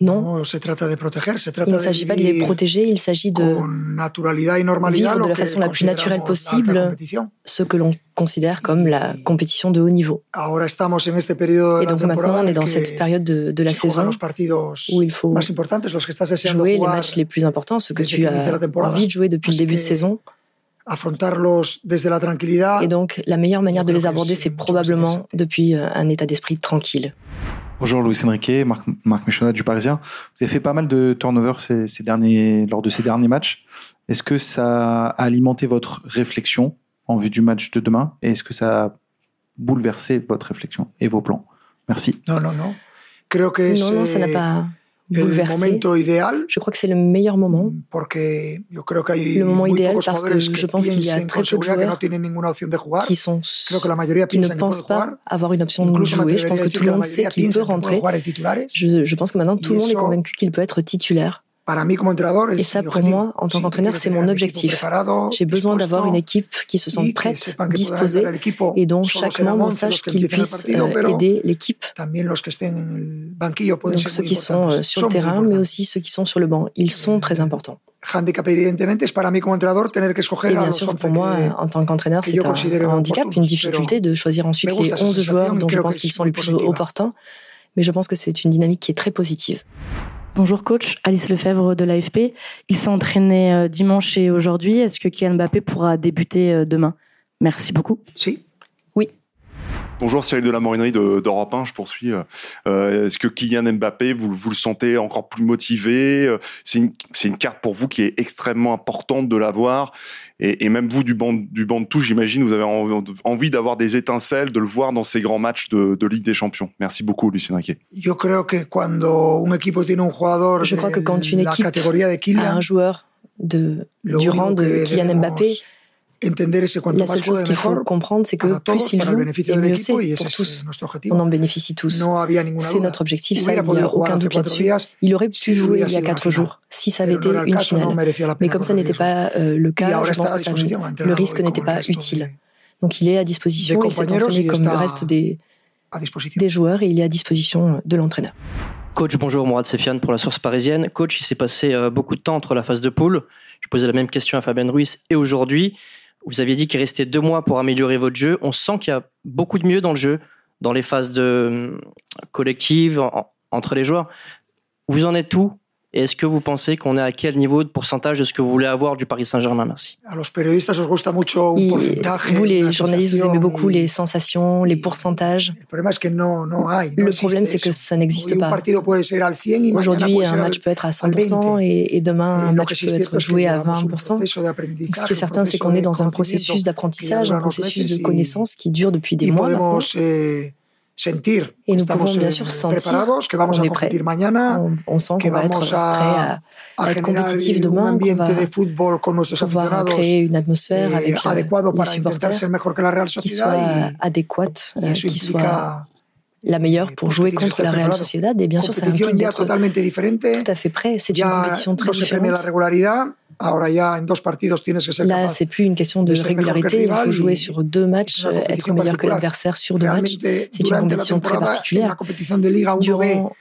[SPEAKER 3] Non,
[SPEAKER 12] no se trata de proteger, se
[SPEAKER 3] il
[SPEAKER 12] trata
[SPEAKER 3] ne
[SPEAKER 12] de
[SPEAKER 3] s'agit pas de les
[SPEAKER 12] vivir
[SPEAKER 3] protéger, il s'agit de
[SPEAKER 12] con naturalidad y normalidad
[SPEAKER 3] vivre
[SPEAKER 12] lo
[SPEAKER 3] de la
[SPEAKER 12] que
[SPEAKER 3] façon la plus
[SPEAKER 12] consideramos
[SPEAKER 3] naturelle
[SPEAKER 12] la alta
[SPEAKER 3] possible.
[SPEAKER 12] competición.
[SPEAKER 3] ce que l'on considère comme la compétition de haut niveau.
[SPEAKER 12] Ahora estamos en este periodo de
[SPEAKER 3] Et
[SPEAKER 12] la
[SPEAKER 3] donc maintenant,
[SPEAKER 12] temporada
[SPEAKER 3] on
[SPEAKER 12] en
[SPEAKER 3] est
[SPEAKER 12] el
[SPEAKER 3] dans
[SPEAKER 12] que
[SPEAKER 3] cette période de, de la
[SPEAKER 12] se juegan
[SPEAKER 3] saison
[SPEAKER 12] los partidos
[SPEAKER 3] où il faut
[SPEAKER 12] más importantes, los que estás deseando
[SPEAKER 3] jouer les
[SPEAKER 12] jugar,
[SPEAKER 3] matchs les plus importants, ceux que
[SPEAKER 12] desde
[SPEAKER 3] tu
[SPEAKER 12] que inicia la
[SPEAKER 3] as
[SPEAKER 12] temporada.
[SPEAKER 3] envie de jouer depuis le
[SPEAKER 12] Así
[SPEAKER 3] début de
[SPEAKER 12] que-
[SPEAKER 3] saison.
[SPEAKER 12] afrontarlos desde la tranquilidad.
[SPEAKER 3] Et donc, la meilleure manière
[SPEAKER 12] Je
[SPEAKER 3] de les
[SPEAKER 12] crois que
[SPEAKER 3] aborder,
[SPEAKER 12] c'est
[SPEAKER 3] c'est
[SPEAKER 12] mucho
[SPEAKER 3] probablement
[SPEAKER 12] plus
[SPEAKER 3] depuis euh, un état d'esprit tranquille.
[SPEAKER 4] Bonjour Louis Enrique, Marc, Marc Michonat du Parisien. Vous avez fait pas mal de turnover ces, ces derniers, lors de ces derniers matchs. Est-ce que ça a alimenté votre réflexion en vue du match de demain Et est-ce que ça a bouleversé votre réflexion et vos plans Merci.
[SPEAKER 12] No, no, no. Creo que es
[SPEAKER 3] Non, non, ça n'a
[SPEAKER 12] eh,
[SPEAKER 3] pas
[SPEAKER 12] el
[SPEAKER 3] bouleversé.
[SPEAKER 12] momento ideal
[SPEAKER 3] Je crois que c'est le meilleur moment.
[SPEAKER 12] porque yo creo que hay
[SPEAKER 3] Le moment
[SPEAKER 12] muy
[SPEAKER 3] idéal
[SPEAKER 12] pocos
[SPEAKER 3] parce que
[SPEAKER 12] jugadores que
[SPEAKER 3] je pense qu'il y a
[SPEAKER 12] piensen
[SPEAKER 3] très
[SPEAKER 12] con
[SPEAKER 3] peu de
[SPEAKER 12] seguridad que
[SPEAKER 3] joueurs
[SPEAKER 12] no tienen ninguna opción de jugar.
[SPEAKER 3] qui, sont,
[SPEAKER 12] Creo que la mayoría
[SPEAKER 3] qui ne
[SPEAKER 12] piensan que pueden
[SPEAKER 3] pensent pas
[SPEAKER 12] jugar.
[SPEAKER 3] avoir une option de
[SPEAKER 12] Incluso me
[SPEAKER 3] jouer. Je
[SPEAKER 12] atrevería
[SPEAKER 3] pense
[SPEAKER 12] a
[SPEAKER 3] que tout
[SPEAKER 12] decir que
[SPEAKER 3] le
[SPEAKER 12] la
[SPEAKER 3] monde sait
[SPEAKER 12] mayoría
[SPEAKER 3] qu'il peut
[SPEAKER 12] piensan que pueden
[SPEAKER 3] rentrer.
[SPEAKER 12] jugar de titulares.
[SPEAKER 3] Je, je pense que maintenant, tout le
[SPEAKER 12] Et
[SPEAKER 3] monde est
[SPEAKER 12] ça-
[SPEAKER 3] convaincu qu'il peut être titulaire.
[SPEAKER 12] Para mí como entrenador es
[SPEAKER 3] Et ça,
[SPEAKER 12] mi
[SPEAKER 3] pour
[SPEAKER 12] objetivo.
[SPEAKER 3] moi, en tant
[SPEAKER 12] Siempre
[SPEAKER 3] qu'entraîneur,
[SPEAKER 12] quiero
[SPEAKER 3] c'est
[SPEAKER 12] tener
[SPEAKER 3] mon
[SPEAKER 12] al equipo
[SPEAKER 3] objectif.
[SPEAKER 12] preparado,
[SPEAKER 3] J'ai besoin d'avoir une
[SPEAKER 12] dispuesto,
[SPEAKER 3] équipe qui se sente
[SPEAKER 12] y que
[SPEAKER 3] prête,
[SPEAKER 12] sepan que puedan
[SPEAKER 3] disposée,
[SPEAKER 12] ayudar al equipo.
[SPEAKER 3] et dont
[SPEAKER 12] Solo
[SPEAKER 3] chaque
[SPEAKER 12] serán
[SPEAKER 3] membre
[SPEAKER 12] 11 los
[SPEAKER 3] sache
[SPEAKER 12] que
[SPEAKER 3] qu'il
[SPEAKER 12] empiecen el
[SPEAKER 3] puisse
[SPEAKER 12] partido,
[SPEAKER 3] euh,
[SPEAKER 12] pero
[SPEAKER 3] aider l'équipe,
[SPEAKER 12] también los que estén en el banquillo pueden
[SPEAKER 3] donc
[SPEAKER 12] ser
[SPEAKER 3] ceux
[SPEAKER 12] muy
[SPEAKER 3] qui sont euh,
[SPEAKER 12] importantes.
[SPEAKER 3] sur le
[SPEAKER 12] Son muy
[SPEAKER 3] terrain, mais
[SPEAKER 12] importantes.
[SPEAKER 3] aussi ceux qui sont sur le banc. Ils sont très importants.
[SPEAKER 12] Handicap, evidentemente, es para mí como entrenador tener que escoger
[SPEAKER 3] Et
[SPEAKER 12] a
[SPEAKER 3] bien
[SPEAKER 12] los
[SPEAKER 3] sûr,
[SPEAKER 12] 11
[SPEAKER 3] pour moi,
[SPEAKER 12] que-
[SPEAKER 3] euh, en tant qu'entraîneur,
[SPEAKER 12] que
[SPEAKER 3] c'est
[SPEAKER 12] yo
[SPEAKER 3] un,
[SPEAKER 12] considero
[SPEAKER 3] un handicap, une
[SPEAKER 12] oportunos,
[SPEAKER 3] difficulté de choisir ensuite
[SPEAKER 12] me gusta
[SPEAKER 3] les
[SPEAKER 12] esa
[SPEAKER 3] 11 joueurs
[SPEAKER 12] sensación,
[SPEAKER 3] dont je
[SPEAKER 12] creo
[SPEAKER 3] pense
[SPEAKER 12] que
[SPEAKER 3] qu'ils
[SPEAKER 12] es
[SPEAKER 3] sont les
[SPEAKER 12] muy
[SPEAKER 3] plus
[SPEAKER 12] positiva.
[SPEAKER 3] opportuns. Mais je pense que c'est une dynamique qui est très positive.
[SPEAKER 6] Bonjour coach, Alice Lefebvre de l'AFP. Il s'est entraîné euh, dimanche et aujourd'hui. Est-ce que Kylian Mbappé pourra débuter euh, demain Merci beaucoup.
[SPEAKER 12] Sí,
[SPEAKER 7] Bonjour Cyril de la Morinerie de- d'Europe 1, je poursuis. Euh, Est-ce que Kylian Mbappé, vous, vous le sentez encore plus motivé Euh, C'est une, c'est une carte pour vous qui est extrêmement importante de l'avoir. Et, et même vous, du banc, du banc de touche, j'imagine, vous avez en- envie d'avoir des étincelles, de le voir dans ces grands matchs de, de Ligue des Champions. Merci beaucoup, Lucien Riquet.
[SPEAKER 12] yo creo que cuando un equipo tiene un jugador
[SPEAKER 3] Je crois que
[SPEAKER 12] de
[SPEAKER 3] quand une
[SPEAKER 12] la
[SPEAKER 3] équipe
[SPEAKER 12] categoría de
[SPEAKER 3] à
[SPEAKER 12] Kylian,
[SPEAKER 3] un joueur de,
[SPEAKER 12] lo
[SPEAKER 3] du rang
[SPEAKER 12] único
[SPEAKER 3] de
[SPEAKER 12] que
[SPEAKER 3] Kylian
[SPEAKER 12] debemos
[SPEAKER 3] Mbappé,
[SPEAKER 12] entender ese cuanto
[SPEAKER 3] La
[SPEAKER 12] más
[SPEAKER 3] seule chose
[SPEAKER 12] juegue
[SPEAKER 3] qu'il faut
[SPEAKER 12] mejor
[SPEAKER 3] comprendre, c'est que
[SPEAKER 12] para todos,
[SPEAKER 3] plus il
[SPEAKER 12] para el
[SPEAKER 3] joue,
[SPEAKER 12] beneficio
[SPEAKER 3] et
[SPEAKER 12] del
[SPEAKER 3] mieux c'est
[SPEAKER 12] equipo y
[SPEAKER 3] pour
[SPEAKER 12] ese es
[SPEAKER 3] tous.
[SPEAKER 12] nuestro objetivo.
[SPEAKER 3] On en bénéficie tous.
[SPEAKER 12] No había ninguna
[SPEAKER 3] C'est
[SPEAKER 12] duda.
[SPEAKER 3] notre objectif, ça,
[SPEAKER 12] Hubiera
[SPEAKER 3] il n'y
[SPEAKER 12] podido
[SPEAKER 3] a
[SPEAKER 12] jugar
[SPEAKER 3] aucun
[SPEAKER 12] hace
[SPEAKER 3] doute
[SPEAKER 12] cuatro
[SPEAKER 3] là-dessus.
[SPEAKER 12] días
[SPEAKER 3] Il aurait pu
[SPEAKER 12] si
[SPEAKER 3] jouer
[SPEAKER 12] hubiera
[SPEAKER 3] il y a
[SPEAKER 12] sido
[SPEAKER 3] quatre
[SPEAKER 12] una final.
[SPEAKER 3] jours, si ça avait
[SPEAKER 12] Pero
[SPEAKER 3] été
[SPEAKER 12] no era el
[SPEAKER 3] une
[SPEAKER 12] caso, no
[SPEAKER 3] finale.
[SPEAKER 12] merecía la
[SPEAKER 3] Mais
[SPEAKER 12] pena
[SPEAKER 3] comme
[SPEAKER 12] por
[SPEAKER 3] ça
[SPEAKER 12] los
[SPEAKER 3] n'était pas euh, le
[SPEAKER 12] Y
[SPEAKER 3] cas,
[SPEAKER 12] ahora
[SPEAKER 3] je
[SPEAKER 12] está
[SPEAKER 3] pense
[SPEAKER 12] a
[SPEAKER 3] que ça-
[SPEAKER 12] disposición, ha entrenado
[SPEAKER 3] le risque
[SPEAKER 12] hoy
[SPEAKER 3] n'était
[SPEAKER 12] con
[SPEAKER 3] pas
[SPEAKER 12] el resto
[SPEAKER 3] utile.
[SPEAKER 12] de-
[SPEAKER 3] Donc il est à disposition,
[SPEAKER 12] de
[SPEAKER 3] il s'est
[SPEAKER 12] compañeros
[SPEAKER 3] entraîné
[SPEAKER 12] y
[SPEAKER 3] comme le
[SPEAKER 12] está
[SPEAKER 3] reste des,
[SPEAKER 12] a disposición.
[SPEAKER 3] des joueurs et il est à disposition de l'entraîneur.
[SPEAKER 9] Coach, bonjour, Mourad Sefian pour la source parisienne. Coach, il s'est passé euh, beaucoup de temps entre la phase de poule. Je posais la même question à Fabien Ruiz et aujourd'hui. Vous aviez dit qu'il restait deux mois pour améliorer votre jeu. On sent qu'il y a beaucoup de mieux dans le jeu, dans les phases de hum, collectives, en- entre les joueurs. Vous en êtes où Et est-ce que vous pensez qu'on est à quel niveau de pourcentage de ce que vous voulez avoir du Paris Saint-Germain Merci.
[SPEAKER 12] A los periodistas os gusta mucho un
[SPEAKER 3] Et
[SPEAKER 12] porcentaje.
[SPEAKER 3] vous, les
[SPEAKER 12] una
[SPEAKER 3] journalistes, vous
[SPEAKER 12] sensación
[SPEAKER 3] aimez beaucoup
[SPEAKER 12] y-
[SPEAKER 3] les sensations, les pourcentages.
[SPEAKER 12] El problema es que no, no hay. no
[SPEAKER 3] Le
[SPEAKER 12] existe
[SPEAKER 3] problème, c'est que
[SPEAKER 12] eso.
[SPEAKER 3] ça n'existe
[SPEAKER 12] Hoy un
[SPEAKER 3] pas.
[SPEAKER 12] partido puede ser al 100 y mañana
[SPEAKER 3] Aujourd'hui,
[SPEAKER 12] puede
[SPEAKER 3] un
[SPEAKER 12] ser
[SPEAKER 3] match
[SPEAKER 12] al,
[SPEAKER 3] peut être à
[SPEAKER 12] al
[SPEAKER 3] 100%
[SPEAKER 12] 20.
[SPEAKER 3] et, et demain,
[SPEAKER 12] Eh,
[SPEAKER 3] un
[SPEAKER 12] lo que
[SPEAKER 3] match
[SPEAKER 12] sí
[SPEAKER 3] peut
[SPEAKER 12] es
[SPEAKER 3] être
[SPEAKER 12] cierto es que
[SPEAKER 3] joué à
[SPEAKER 12] llevamos
[SPEAKER 3] 20%.
[SPEAKER 12] un proceso de
[SPEAKER 3] Donc,
[SPEAKER 12] aprendizaje,
[SPEAKER 3] Ce qui est
[SPEAKER 12] un
[SPEAKER 3] certain, c'est
[SPEAKER 12] proceso
[SPEAKER 3] qu'on est
[SPEAKER 12] de
[SPEAKER 3] dans un processus
[SPEAKER 12] conocimiento que
[SPEAKER 3] d'apprentissage,
[SPEAKER 12] lleva
[SPEAKER 3] un
[SPEAKER 12] unos
[SPEAKER 3] processus de
[SPEAKER 12] meses y-
[SPEAKER 3] connaissance qui dure depuis des
[SPEAKER 12] y
[SPEAKER 3] mois maintenant.
[SPEAKER 12] podemos eh, sentir
[SPEAKER 3] Et
[SPEAKER 12] que
[SPEAKER 3] nous pouvons
[SPEAKER 12] estamos eh,
[SPEAKER 3] bien sûr sentir
[SPEAKER 12] preparados, que vamos
[SPEAKER 3] qu'on
[SPEAKER 12] a
[SPEAKER 3] est prêt.
[SPEAKER 12] competir mañana,
[SPEAKER 3] On, on sent
[SPEAKER 12] que
[SPEAKER 3] qu'on va être
[SPEAKER 12] vamos
[SPEAKER 3] prêt
[SPEAKER 12] a,
[SPEAKER 3] à, à
[SPEAKER 12] a
[SPEAKER 3] être
[SPEAKER 12] generar
[SPEAKER 3] compétitif
[SPEAKER 12] un
[SPEAKER 3] demain, qu'on va
[SPEAKER 12] ambiente de fútbol con nuestros
[SPEAKER 3] pouvoir
[SPEAKER 12] aficionados
[SPEAKER 3] créer une atmosphère
[SPEAKER 12] eh,
[SPEAKER 3] avec euh,
[SPEAKER 12] adecuado
[SPEAKER 3] les
[SPEAKER 12] para intentar
[SPEAKER 3] supporters
[SPEAKER 12] ser mejor que la Real
[SPEAKER 3] qui soit
[SPEAKER 12] Sociedad y,
[SPEAKER 3] adéquate,
[SPEAKER 12] y
[SPEAKER 3] euh,
[SPEAKER 12] eso
[SPEAKER 3] qui soit
[SPEAKER 12] implica
[SPEAKER 3] la meilleure pour jouer
[SPEAKER 12] competir,
[SPEAKER 3] contre
[SPEAKER 12] estar
[SPEAKER 3] la Real
[SPEAKER 12] preparado.
[SPEAKER 3] Sociedad. Et bien sûr, ça
[SPEAKER 12] competición
[SPEAKER 3] implique
[SPEAKER 12] ya
[SPEAKER 3] d'être
[SPEAKER 12] totalmente diferente.
[SPEAKER 3] tout à fait prêt. C'est une
[SPEAKER 12] Ya
[SPEAKER 3] compétition très
[SPEAKER 12] no se premia la
[SPEAKER 3] différente.
[SPEAKER 12] regularidad, ahora ya en dos partidos tienes que ser
[SPEAKER 3] Là,
[SPEAKER 12] capaz
[SPEAKER 3] c'est plus une question
[SPEAKER 12] de
[SPEAKER 3] de
[SPEAKER 12] ser mejor que el
[SPEAKER 3] régularité. Il
[SPEAKER 12] rival
[SPEAKER 3] faut jouer
[SPEAKER 12] y-
[SPEAKER 3] sur deux matchs,
[SPEAKER 12] una
[SPEAKER 3] euh, être
[SPEAKER 12] competición
[SPEAKER 3] meilleur que
[SPEAKER 12] particular.
[SPEAKER 3] l'adversaire sur deux matchs.
[SPEAKER 12] Realmente
[SPEAKER 3] C'est une
[SPEAKER 12] durante la
[SPEAKER 3] compétition très
[SPEAKER 12] temporada en la
[SPEAKER 3] particulière.
[SPEAKER 12] competición de Liga 1B
[SPEAKER 3] Durant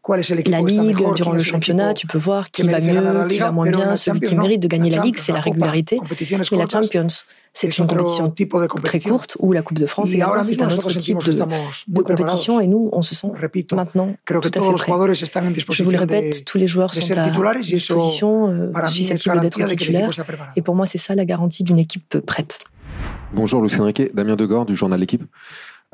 [SPEAKER 12] cuál es el
[SPEAKER 3] la
[SPEAKER 12] equipo que está
[SPEAKER 3] Ligue,
[SPEAKER 12] mejor,
[SPEAKER 3] durant
[SPEAKER 12] quién
[SPEAKER 3] le
[SPEAKER 12] es el equipo
[SPEAKER 3] championnat, tu peux voir qui
[SPEAKER 12] que
[SPEAKER 3] va
[SPEAKER 12] merece ganar la
[SPEAKER 3] mieux, qui
[SPEAKER 12] Liga,
[SPEAKER 3] va moins
[SPEAKER 12] pero en
[SPEAKER 3] bien,
[SPEAKER 12] la
[SPEAKER 3] celui
[SPEAKER 12] Champions
[SPEAKER 3] qui
[SPEAKER 12] no.
[SPEAKER 3] mérite de gagner
[SPEAKER 12] La
[SPEAKER 3] la Ligue,
[SPEAKER 12] Champions,
[SPEAKER 3] c'est
[SPEAKER 12] la
[SPEAKER 3] la
[SPEAKER 12] Copa,
[SPEAKER 3] régularité.
[SPEAKER 12] competiciones
[SPEAKER 3] Et la
[SPEAKER 12] cortas,
[SPEAKER 3] Champions, c'est
[SPEAKER 12] es
[SPEAKER 3] une
[SPEAKER 12] otro
[SPEAKER 3] compétition
[SPEAKER 12] tipo de
[SPEAKER 3] très
[SPEAKER 12] competición.
[SPEAKER 3] courte où la Coupe de France
[SPEAKER 12] Y
[SPEAKER 3] également,
[SPEAKER 12] ahora
[SPEAKER 3] c'est
[SPEAKER 12] mismo
[SPEAKER 3] un
[SPEAKER 12] nosotros
[SPEAKER 3] autre type
[SPEAKER 12] sentimos que
[SPEAKER 3] de,
[SPEAKER 12] estamos
[SPEAKER 3] de
[SPEAKER 12] muy preparados.
[SPEAKER 3] compétition et nous, on se sent
[SPEAKER 12] Repito,
[SPEAKER 3] maintenant
[SPEAKER 12] creo
[SPEAKER 3] tout
[SPEAKER 12] que
[SPEAKER 3] à fait
[SPEAKER 12] todos los
[SPEAKER 3] prêt.
[SPEAKER 12] jugadores están
[SPEAKER 3] Je
[SPEAKER 12] en
[SPEAKER 3] vous le
[SPEAKER 12] disposición
[SPEAKER 3] répète,
[SPEAKER 12] de,
[SPEAKER 3] tous les joueurs
[SPEAKER 12] de
[SPEAKER 3] sont
[SPEAKER 12] ser
[SPEAKER 3] à
[SPEAKER 12] titulares y eso
[SPEAKER 3] disposition, euh,
[SPEAKER 12] para mí es
[SPEAKER 3] susceptibles d'être
[SPEAKER 12] garantía de que el equipo
[SPEAKER 3] titulaires.
[SPEAKER 12] está preparado.
[SPEAKER 3] Et pour moi, c'est ça la garantie d'une équipe prête.
[SPEAKER 1] Bonjour Lucien Riquet, Damien Degord du journal L'équipe.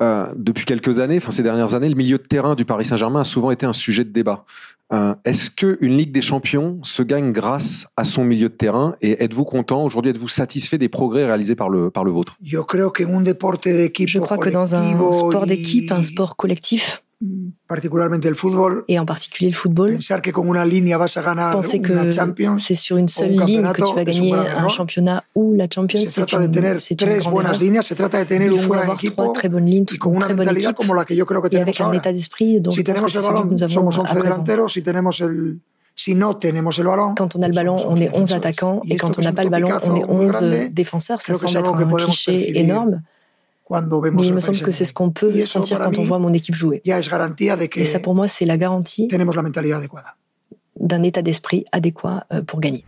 [SPEAKER 1] Euh, depuis quelques années, enfin ces dernières années, le milieu de terrain du Paris Saint-Germain a souvent été un sujet de débat. Euh, Est-ce qu'une Ligue des Champions se gagne grâce à son milieu de terrain Et êtes-vous content aujourd'hui Êtes-vous satisfait des progrès réalisés par le, par le vôtre
[SPEAKER 12] Yo creo que en un deporte de equipo
[SPEAKER 3] Je crois que dans un
[SPEAKER 12] colectivo
[SPEAKER 3] sport
[SPEAKER 12] y
[SPEAKER 3] d'équipe, un sport collectif,
[SPEAKER 12] particularmente el fútbol,
[SPEAKER 3] et en particulier le football,
[SPEAKER 12] pensar que con una línea vas a ganar
[SPEAKER 3] penser
[SPEAKER 12] una
[SPEAKER 3] que
[SPEAKER 12] Champions
[SPEAKER 3] c'est sur une seule
[SPEAKER 12] un
[SPEAKER 3] ligne que
[SPEAKER 12] campeonato
[SPEAKER 3] tu vas
[SPEAKER 12] es un
[SPEAKER 3] gagner
[SPEAKER 12] grave
[SPEAKER 3] un
[SPEAKER 12] error.
[SPEAKER 3] championnat ou la Champions,
[SPEAKER 12] Se
[SPEAKER 3] c'est
[SPEAKER 12] trata de
[SPEAKER 3] une,
[SPEAKER 12] tener
[SPEAKER 3] c'est une
[SPEAKER 12] tres
[SPEAKER 3] grande
[SPEAKER 12] buenas
[SPEAKER 3] erreur.
[SPEAKER 12] líneas, se trata de tener
[SPEAKER 3] Il
[SPEAKER 12] un
[SPEAKER 3] faut
[SPEAKER 12] gran
[SPEAKER 3] avoir trois
[SPEAKER 12] equipo
[SPEAKER 3] très bonnes lignes,
[SPEAKER 12] y con
[SPEAKER 3] une
[SPEAKER 12] una
[SPEAKER 3] très bonne
[SPEAKER 12] mentalidad
[SPEAKER 3] équipe
[SPEAKER 12] como la que yo creo que
[SPEAKER 3] et
[SPEAKER 12] tenemos
[SPEAKER 3] avec un
[SPEAKER 12] ahora.
[SPEAKER 3] état d'esprit dont je
[SPEAKER 12] Si
[SPEAKER 3] pense que
[SPEAKER 12] tenemos
[SPEAKER 3] c'est
[SPEAKER 12] el
[SPEAKER 3] celui que
[SPEAKER 12] balón,
[SPEAKER 3] nous avons
[SPEAKER 12] somos
[SPEAKER 3] à
[SPEAKER 12] 11
[SPEAKER 3] présent.
[SPEAKER 12] delanteros, si tenemos el si no tenemos el balón,
[SPEAKER 3] Quand on a le ballon,
[SPEAKER 12] somos
[SPEAKER 3] on
[SPEAKER 12] 11
[SPEAKER 3] est 11
[SPEAKER 12] defensores.
[SPEAKER 3] attaquants
[SPEAKER 12] Y
[SPEAKER 3] et
[SPEAKER 12] esto
[SPEAKER 3] quand
[SPEAKER 12] que
[SPEAKER 3] on
[SPEAKER 12] es
[SPEAKER 3] n'a
[SPEAKER 12] un
[SPEAKER 3] pas le ballon, on est
[SPEAKER 12] topicazo muy
[SPEAKER 3] 11
[SPEAKER 12] grande,
[SPEAKER 3] défenseurs. Ça
[SPEAKER 12] creo que es
[SPEAKER 3] semble
[SPEAKER 12] algo
[SPEAKER 3] être
[SPEAKER 12] que
[SPEAKER 3] un
[SPEAKER 12] podemos
[SPEAKER 3] cliché
[SPEAKER 12] percibir
[SPEAKER 3] énorme,
[SPEAKER 12] cuando vemos
[SPEAKER 3] mais il
[SPEAKER 12] el
[SPEAKER 3] me
[SPEAKER 12] Paris
[SPEAKER 3] semble que c'est ce
[SPEAKER 12] Saint-Germain.
[SPEAKER 3] qu'on peut
[SPEAKER 12] Y eso
[SPEAKER 3] sentir
[SPEAKER 12] para
[SPEAKER 3] quand on
[SPEAKER 12] mí
[SPEAKER 3] voit mon équipe jouer.
[SPEAKER 12] ya es garantía de
[SPEAKER 3] Et ça,
[SPEAKER 12] que
[SPEAKER 3] pour moi, c'est la garantie
[SPEAKER 12] tenemos la mentalidad adecuada.
[SPEAKER 3] d'un état d'esprit adéquat euh, pour gagner.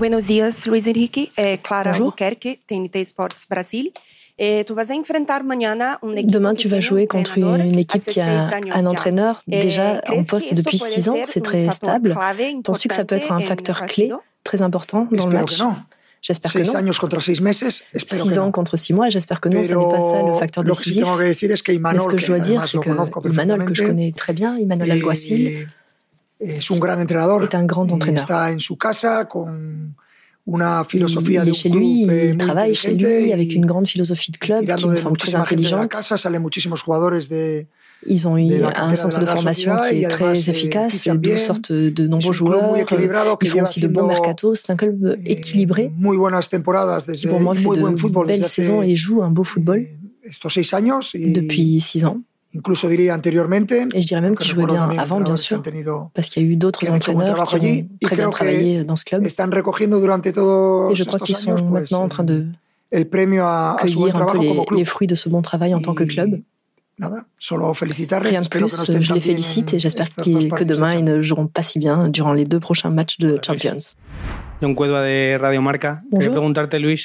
[SPEAKER 13] Buenos dias, Luiz Henrique. É Clara
[SPEAKER 3] Bonjour.
[SPEAKER 13] Albuquerque, TNT Sports Brasil. Eh, tu vas enfrentar mañana un equipo
[SPEAKER 3] Demain,
[SPEAKER 13] que
[SPEAKER 3] tu vas
[SPEAKER 13] tiene un
[SPEAKER 3] jouer contre
[SPEAKER 13] entrenador
[SPEAKER 3] une équipe
[SPEAKER 13] hace
[SPEAKER 3] qui a
[SPEAKER 13] seis años
[SPEAKER 3] un
[SPEAKER 13] ya.
[SPEAKER 3] entraîneur
[SPEAKER 13] Eh,
[SPEAKER 3] déjà en
[SPEAKER 13] ¿crees que
[SPEAKER 3] poste
[SPEAKER 13] esto
[SPEAKER 3] depuis
[SPEAKER 13] puede
[SPEAKER 3] 6 ans.
[SPEAKER 13] ser
[SPEAKER 3] C'est
[SPEAKER 13] un
[SPEAKER 3] très
[SPEAKER 13] factor
[SPEAKER 3] stable.
[SPEAKER 13] clave
[SPEAKER 3] Penses-tu que ça peut être un
[SPEAKER 13] importante en
[SPEAKER 3] facteur
[SPEAKER 13] el
[SPEAKER 3] clé
[SPEAKER 13] partido?
[SPEAKER 3] très important dans le
[SPEAKER 12] Espero que
[SPEAKER 3] match
[SPEAKER 12] no.
[SPEAKER 3] J'espère que
[SPEAKER 12] Seis
[SPEAKER 3] non.
[SPEAKER 12] años contra seis meses, espero que
[SPEAKER 3] 6
[SPEAKER 12] no.
[SPEAKER 3] ans contre 6 mois, j'espère que non, ça n'est pas ça le
[SPEAKER 12] Pero
[SPEAKER 3] facteur
[SPEAKER 12] lo que sí
[SPEAKER 3] décisif.
[SPEAKER 12] tengo que decir es que
[SPEAKER 3] Mais ce
[SPEAKER 12] Imanol,
[SPEAKER 3] que
[SPEAKER 12] que
[SPEAKER 3] je dois dire,
[SPEAKER 12] además
[SPEAKER 3] c'est
[SPEAKER 12] lo
[SPEAKER 3] que
[SPEAKER 12] conozco
[SPEAKER 3] Imanol, que je
[SPEAKER 12] perfectamente,
[SPEAKER 3] connais très bien, Imanol Alguacil,
[SPEAKER 12] eh, es un gran entrenador.
[SPEAKER 3] est un grand
[SPEAKER 12] y
[SPEAKER 3] entraîneur.
[SPEAKER 12] está en su casa con una
[SPEAKER 3] Il,
[SPEAKER 12] filosofía
[SPEAKER 3] il
[SPEAKER 12] de
[SPEAKER 3] est
[SPEAKER 12] un
[SPEAKER 3] chez
[SPEAKER 12] club
[SPEAKER 3] lui,
[SPEAKER 12] eh,
[SPEAKER 3] il
[SPEAKER 12] muy
[SPEAKER 3] travaille chez
[SPEAKER 12] inteligente
[SPEAKER 3] lui avec
[SPEAKER 12] y
[SPEAKER 3] une grande philosophie de club qui
[SPEAKER 12] tirando
[SPEAKER 3] me
[SPEAKER 12] de
[SPEAKER 3] semble très
[SPEAKER 12] muchísima gente de la
[SPEAKER 3] intelligente.
[SPEAKER 12] casa, salen muchísimos jugadores de,
[SPEAKER 3] Ils ont
[SPEAKER 12] de
[SPEAKER 3] eu
[SPEAKER 12] la
[SPEAKER 3] un
[SPEAKER 12] cantera de
[SPEAKER 3] centre
[SPEAKER 12] la
[SPEAKER 3] de
[SPEAKER 12] Real
[SPEAKER 3] formation
[SPEAKER 12] Sociedad
[SPEAKER 3] qui
[SPEAKER 12] y
[SPEAKER 3] est très
[SPEAKER 12] además eh,
[SPEAKER 3] efficace,
[SPEAKER 12] fichan
[SPEAKER 3] 12
[SPEAKER 12] bien.
[SPEAKER 3] sortes de
[SPEAKER 12] Es
[SPEAKER 3] nombreux
[SPEAKER 12] un club
[SPEAKER 3] joueurs. euh,
[SPEAKER 12] muy equilibrado que
[SPEAKER 3] Ils font
[SPEAKER 12] lleva
[SPEAKER 3] aussi de bons
[SPEAKER 12] haciendo
[SPEAKER 3] mercatos. C'est un club Eh, équilibré
[SPEAKER 12] muy buenas temporadas
[SPEAKER 3] qui,
[SPEAKER 12] desde,
[SPEAKER 3] pour moi,
[SPEAKER 12] y
[SPEAKER 3] fait
[SPEAKER 12] muy buen
[SPEAKER 3] de
[SPEAKER 12] fútbol desde
[SPEAKER 3] belles saisons et
[SPEAKER 12] hace eh,
[SPEAKER 3] joue un beau football
[SPEAKER 12] estos seis años y
[SPEAKER 3] depuis 6 ans.
[SPEAKER 12] incluso diría anteriormente,
[SPEAKER 3] Et je dirais même
[SPEAKER 12] porque
[SPEAKER 3] qu'il jouait
[SPEAKER 12] recuerdo
[SPEAKER 3] bien
[SPEAKER 12] también
[SPEAKER 3] avant, bien
[SPEAKER 12] entrenadores que
[SPEAKER 3] sûr,
[SPEAKER 12] han tenido
[SPEAKER 3] parce qu'il y a eu
[SPEAKER 12] que
[SPEAKER 3] d'autres
[SPEAKER 12] han hecho buen
[SPEAKER 3] entraîneurs
[SPEAKER 12] trabajo
[SPEAKER 3] qui
[SPEAKER 12] allí
[SPEAKER 3] ont
[SPEAKER 12] y
[SPEAKER 3] très bien
[SPEAKER 12] creo que
[SPEAKER 3] travaillé dans ce club.
[SPEAKER 12] están recogiendo durante
[SPEAKER 3] Et
[SPEAKER 12] todos
[SPEAKER 3] je crois
[SPEAKER 12] estos
[SPEAKER 3] qu'ils
[SPEAKER 12] años
[SPEAKER 3] sont
[SPEAKER 12] pues
[SPEAKER 3] maintenant en train de
[SPEAKER 12] el premio a, a su buen
[SPEAKER 3] cueillir un peu
[SPEAKER 12] trabajo
[SPEAKER 3] les,
[SPEAKER 12] como
[SPEAKER 3] les
[SPEAKER 12] club.
[SPEAKER 3] fruits de ce bon travail en tant que club.
[SPEAKER 12] Y nada, solo felicitarles,
[SPEAKER 3] Rien de
[SPEAKER 12] espero que no
[SPEAKER 3] plus, je
[SPEAKER 12] estén
[SPEAKER 3] les
[SPEAKER 12] tan bien
[SPEAKER 3] félicite et
[SPEAKER 12] en
[SPEAKER 3] j'espère
[SPEAKER 12] estas dos
[SPEAKER 3] qu'ils- que
[SPEAKER 12] partidos de
[SPEAKER 3] demain ils
[SPEAKER 12] Champions.
[SPEAKER 3] ne joueront pas si bien durant les deux prochains matchs de Champions.
[SPEAKER 14] John Cueva de Radio Marca. Quería
[SPEAKER 3] Bonjour.
[SPEAKER 14] preguntarte, Luis,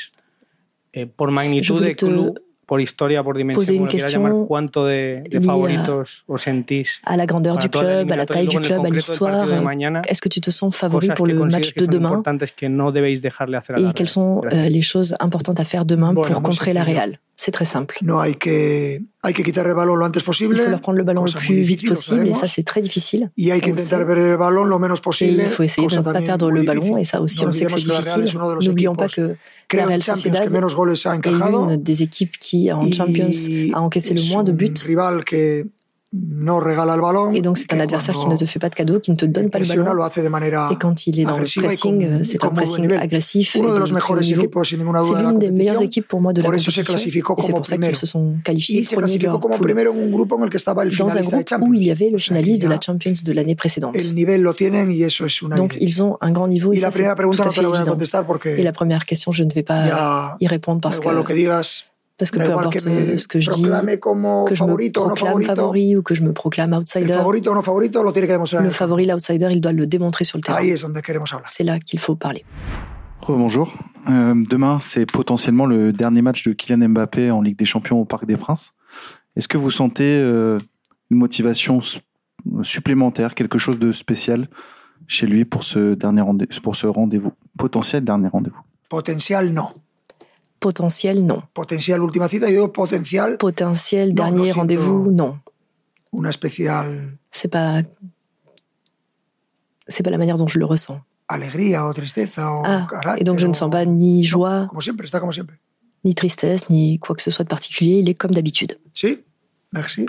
[SPEAKER 14] eh, por
[SPEAKER 3] Je
[SPEAKER 14] magnitud
[SPEAKER 3] voulais
[SPEAKER 14] de
[SPEAKER 3] te pues
[SPEAKER 14] club, por historia, por
[SPEAKER 3] poser
[SPEAKER 14] dimensión,
[SPEAKER 3] une
[SPEAKER 14] como lo quieras
[SPEAKER 3] question
[SPEAKER 14] llamar, ¿cuánto de, de
[SPEAKER 3] liée à-
[SPEAKER 14] favoritos os sentís
[SPEAKER 3] à la grandeur
[SPEAKER 4] Ah,
[SPEAKER 14] para
[SPEAKER 3] du
[SPEAKER 14] toda la
[SPEAKER 3] club, à la
[SPEAKER 14] eliminatoria? Y
[SPEAKER 3] taille
[SPEAKER 14] luego
[SPEAKER 3] du
[SPEAKER 14] en el
[SPEAKER 3] club, à
[SPEAKER 14] concreto del partido
[SPEAKER 3] l'histoire.
[SPEAKER 14] de
[SPEAKER 3] euh,
[SPEAKER 14] mañana,
[SPEAKER 3] Est-ce que tu te sens favori
[SPEAKER 14] cosas
[SPEAKER 3] pour
[SPEAKER 14] que
[SPEAKER 3] le
[SPEAKER 14] consideres
[SPEAKER 3] match
[SPEAKER 14] que
[SPEAKER 3] de
[SPEAKER 14] son
[SPEAKER 3] demain
[SPEAKER 14] importantes que no debéis dejarle hacer a la
[SPEAKER 3] et quelles
[SPEAKER 14] Real.
[SPEAKER 3] sont
[SPEAKER 14] Gracias.
[SPEAKER 3] euh, les choses importantes à faire demain
[SPEAKER 12] Bueno,
[SPEAKER 3] pour
[SPEAKER 12] muy
[SPEAKER 3] contrer la
[SPEAKER 12] sencillo.
[SPEAKER 3] Real C'est très simple.
[SPEAKER 12] No hay que, hay que quitar el balón lo antes
[SPEAKER 3] Il faut leur
[SPEAKER 12] posible,
[SPEAKER 3] prendre le ballon le
[SPEAKER 12] cosa muy
[SPEAKER 3] plus vite
[SPEAKER 12] difícil, lo
[SPEAKER 3] possible et ça
[SPEAKER 12] sabemos,
[SPEAKER 3] c'est très difficile.
[SPEAKER 12] y hay
[SPEAKER 3] On
[SPEAKER 12] que
[SPEAKER 3] le sait.
[SPEAKER 12] intentar perder el balón lo menos
[SPEAKER 3] Et
[SPEAKER 12] posible,
[SPEAKER 3] il faut essayer de
[SPEAKER 12] cosa
[SPEAKER 3] ne pas
[SPEAKER 12] también
[SPEAKER 3] perdre
[SPEAKER 12] muy
[SPEAKER 3] le ballon,
[SPEAKER 12] difícil.
[SPEAKER 3] et ça aussi,
[SPEAKER 12] No
[SPEAKER 3] on sait que c'est
[SPEAKER 12] olvidemos que la Real
[SPEAKER 3] difficile.
[SPEAKER 12] es uno de los
[SPEAKER 3] N'oublions pas
[SPEAKER 12] equipos,
[SPEAKER 3] que la
[SPEAKER 12] creo, en
[SPEAKER 3] Real
[SPEAKER 12] Champions que
[SPEAKER 3] Sociedad
[SPEAKER 12] menos goles ha
[SPEAKER 3] est
[SPEAKER 12] encajado
[SPEAKER 3] l'une des équipes qui, en Champions,
[SPEAKER 12] y
[SPEAKER 3] a encaissé le
[SPEAKER 12] es
[SPEAKER 3] moins de buts.
[SPEAKER 12] un rival que no regala el balón.
[SPEAKER 3] Et donc, c'est un
[SPEAKER 12] que
[SPEAKER 3] adversaire qui
[SPEAKER 12] cuando
[SPEAKER 3] ne te fait pas de cadeau, qui ne te donne pas le
[SPEAKER 12] presiona,
[SPEAKER 3] ballon.
[SPEAKER 12] lo hace de manera
[SPEAKER 3] Et quand il est dans le
[SPEAKER 12] agresiva y
[SPEAKER 3] pressing,
[SPEAKER 12] con-
[SPEAKER 3] euh,
[SPEAKER 12] y
[SPEAKER 3] c'est
[SPEAKER 12] con
[SPEAKER 3] un
[SPEAKER 12] muy buen
[SPEAKER 3] pressing
[SPEAKER 12] nivel.
[SPEAKER 3] agressif. et
[SPEAKER 12] Uno de los
[SPEAKER 3] de très haut
[SPEAKER 12] mejores
[SPEAKER 3] niveau.
[SPEAKER 12] equipos, sin ninguna duda,
[SPEAKER 3] C'est
[SPEAKER 12] de la
[SPEAKER 3] l'une des meilleures
[SPEAKER 12] competición.
[SPEAKER 3] équipes pour moi de la
[SPEAKER 12] Por eso se
[SPEAKER 3] compétition.
[SPEAKER 12] clasificó
[SPEAKER 3] Et c'est
[SPEAKER 12] como
[SPEAKER 3] pour ça qu'ils
[SPEAKER 12] primero.
[SPEAKER 3] se sont qualifiés
[SPEAKER 12] y se
[SPEAKER 3] premier de
[SPEAKER 12] clasificó
[SPEAKER 3] leur
[SPEAKER 12] como
[SPEAKER 3] poule.
[SPEAKER 12] primero en un grupo en el que estaba el
[SPEAKER 3] dans un
[SPEAKER 12] finalista de
[SPEAKER 3] groupe
[SPEAKER 12] Champions.
[SPEAKER 3] où il y avait le finaliste de la Champions de l'année précédente.
[SPEAKER 12] El nivel lo tienen y eso es una
[SPEAKER 3] Donc ils ont un grand niveau et,
[SPEAKER 12] Y
[SPEAKER 3] ça,
[SPEAKER 12] la
[SPEAKER 3] c'est
[SPEAKER 12] primera
[SPEAKER 3] tout
[SPEAKER 12] pregunta
[SPEAKER 3] à
[SPEAKER 12] no
[SPEAKER 3] fait
[SPEAKER 12] te la voy a
[SPEAKER 3] évident.
[SPEAKER 12] contestar porque
[SPEAKER 3] Et la première question, je ne vais pas
[SPEAKER 12] Ya,
[SPEAKER 3] y répondre
[SPEAKER 12] da
[SPEAKER 3] parce que
[SPEAKER 12] igual lo que digas,
[SPEAKER 3] parce que
[SPEAKER 12] da
[SPEAKER 3] peu
[SPEAKER 12] igual
[SPEAKER 3] importe euh,
[SPEAKER 12] que me
[SPEAKER 3] ce que je dis,
[SPEAKER 12] proclame como
[SPEAKER 3] que je me
[SPEAKER 12] favorito o no
[SPEAKER 3] proclame
[SPEAKER 12] favorito.
[SPEAKER 3] favori ou que je me proclame
[SPEAKER 12] el
[SPEAKER 3] outsider,
[SPEAKER 12] favorito o no favorito lo tiene que demostrar. en
[SPEAKER 3] le
[SPEAKER 12] el campo.
[SPEAKER 3] favori, l'outsider, il doit le démontrer sur le terrain.
[SPEAKER 12] Ahí es donde queremos hablar.
[SPEAKER 3] C'est là qu'il faut parler.
[SPEAKER 4] Rebonjour. Euh, demain, c'est potentiellement le dernier match de Kylian Mbappé en Ligue des Champions au Parc des Princes. Est-ce que vous sentez euh, une motivation s- supplémentaire, quelque chose de spécial chez lui pour ce dernier rendez- pour ce rendez-vous potentiel dernier rendez-vous
[SPEAKER 12] Potencial no.
[SPEAKER 3] Potentiel, non.
[SPEAKER 12] Potencial última cita, yo digo potencial
[SPEAKER 3] Potentiel,
[SPEAKER 12] Non, non,
[SPEAKER 3] dernier
[SPEAKER 12] c'est
[SPEAKER 3] rendez-vous, non.
[SPEAKER 12] una especial
[SPEAKER 3] C'est pas c'est pas la manière dont je le ressens.
[SPEAKER 12] alegría o tristeza o
[SPEAKER 3] Ah, et
[SPEAKER 12] carácter.
[SPEAKER 3] donc je ne
[SPEAKER 12] o-
[SPEAKER 3] sens pas ni joie,
[SPEAKER 12] Como siempre, está como siempre.
[SPEAKER 3] ni tristesse, ni quoi que ce soit de particulier. Il est comme d'habitude.
[SPEAKER 12] Sí, merci.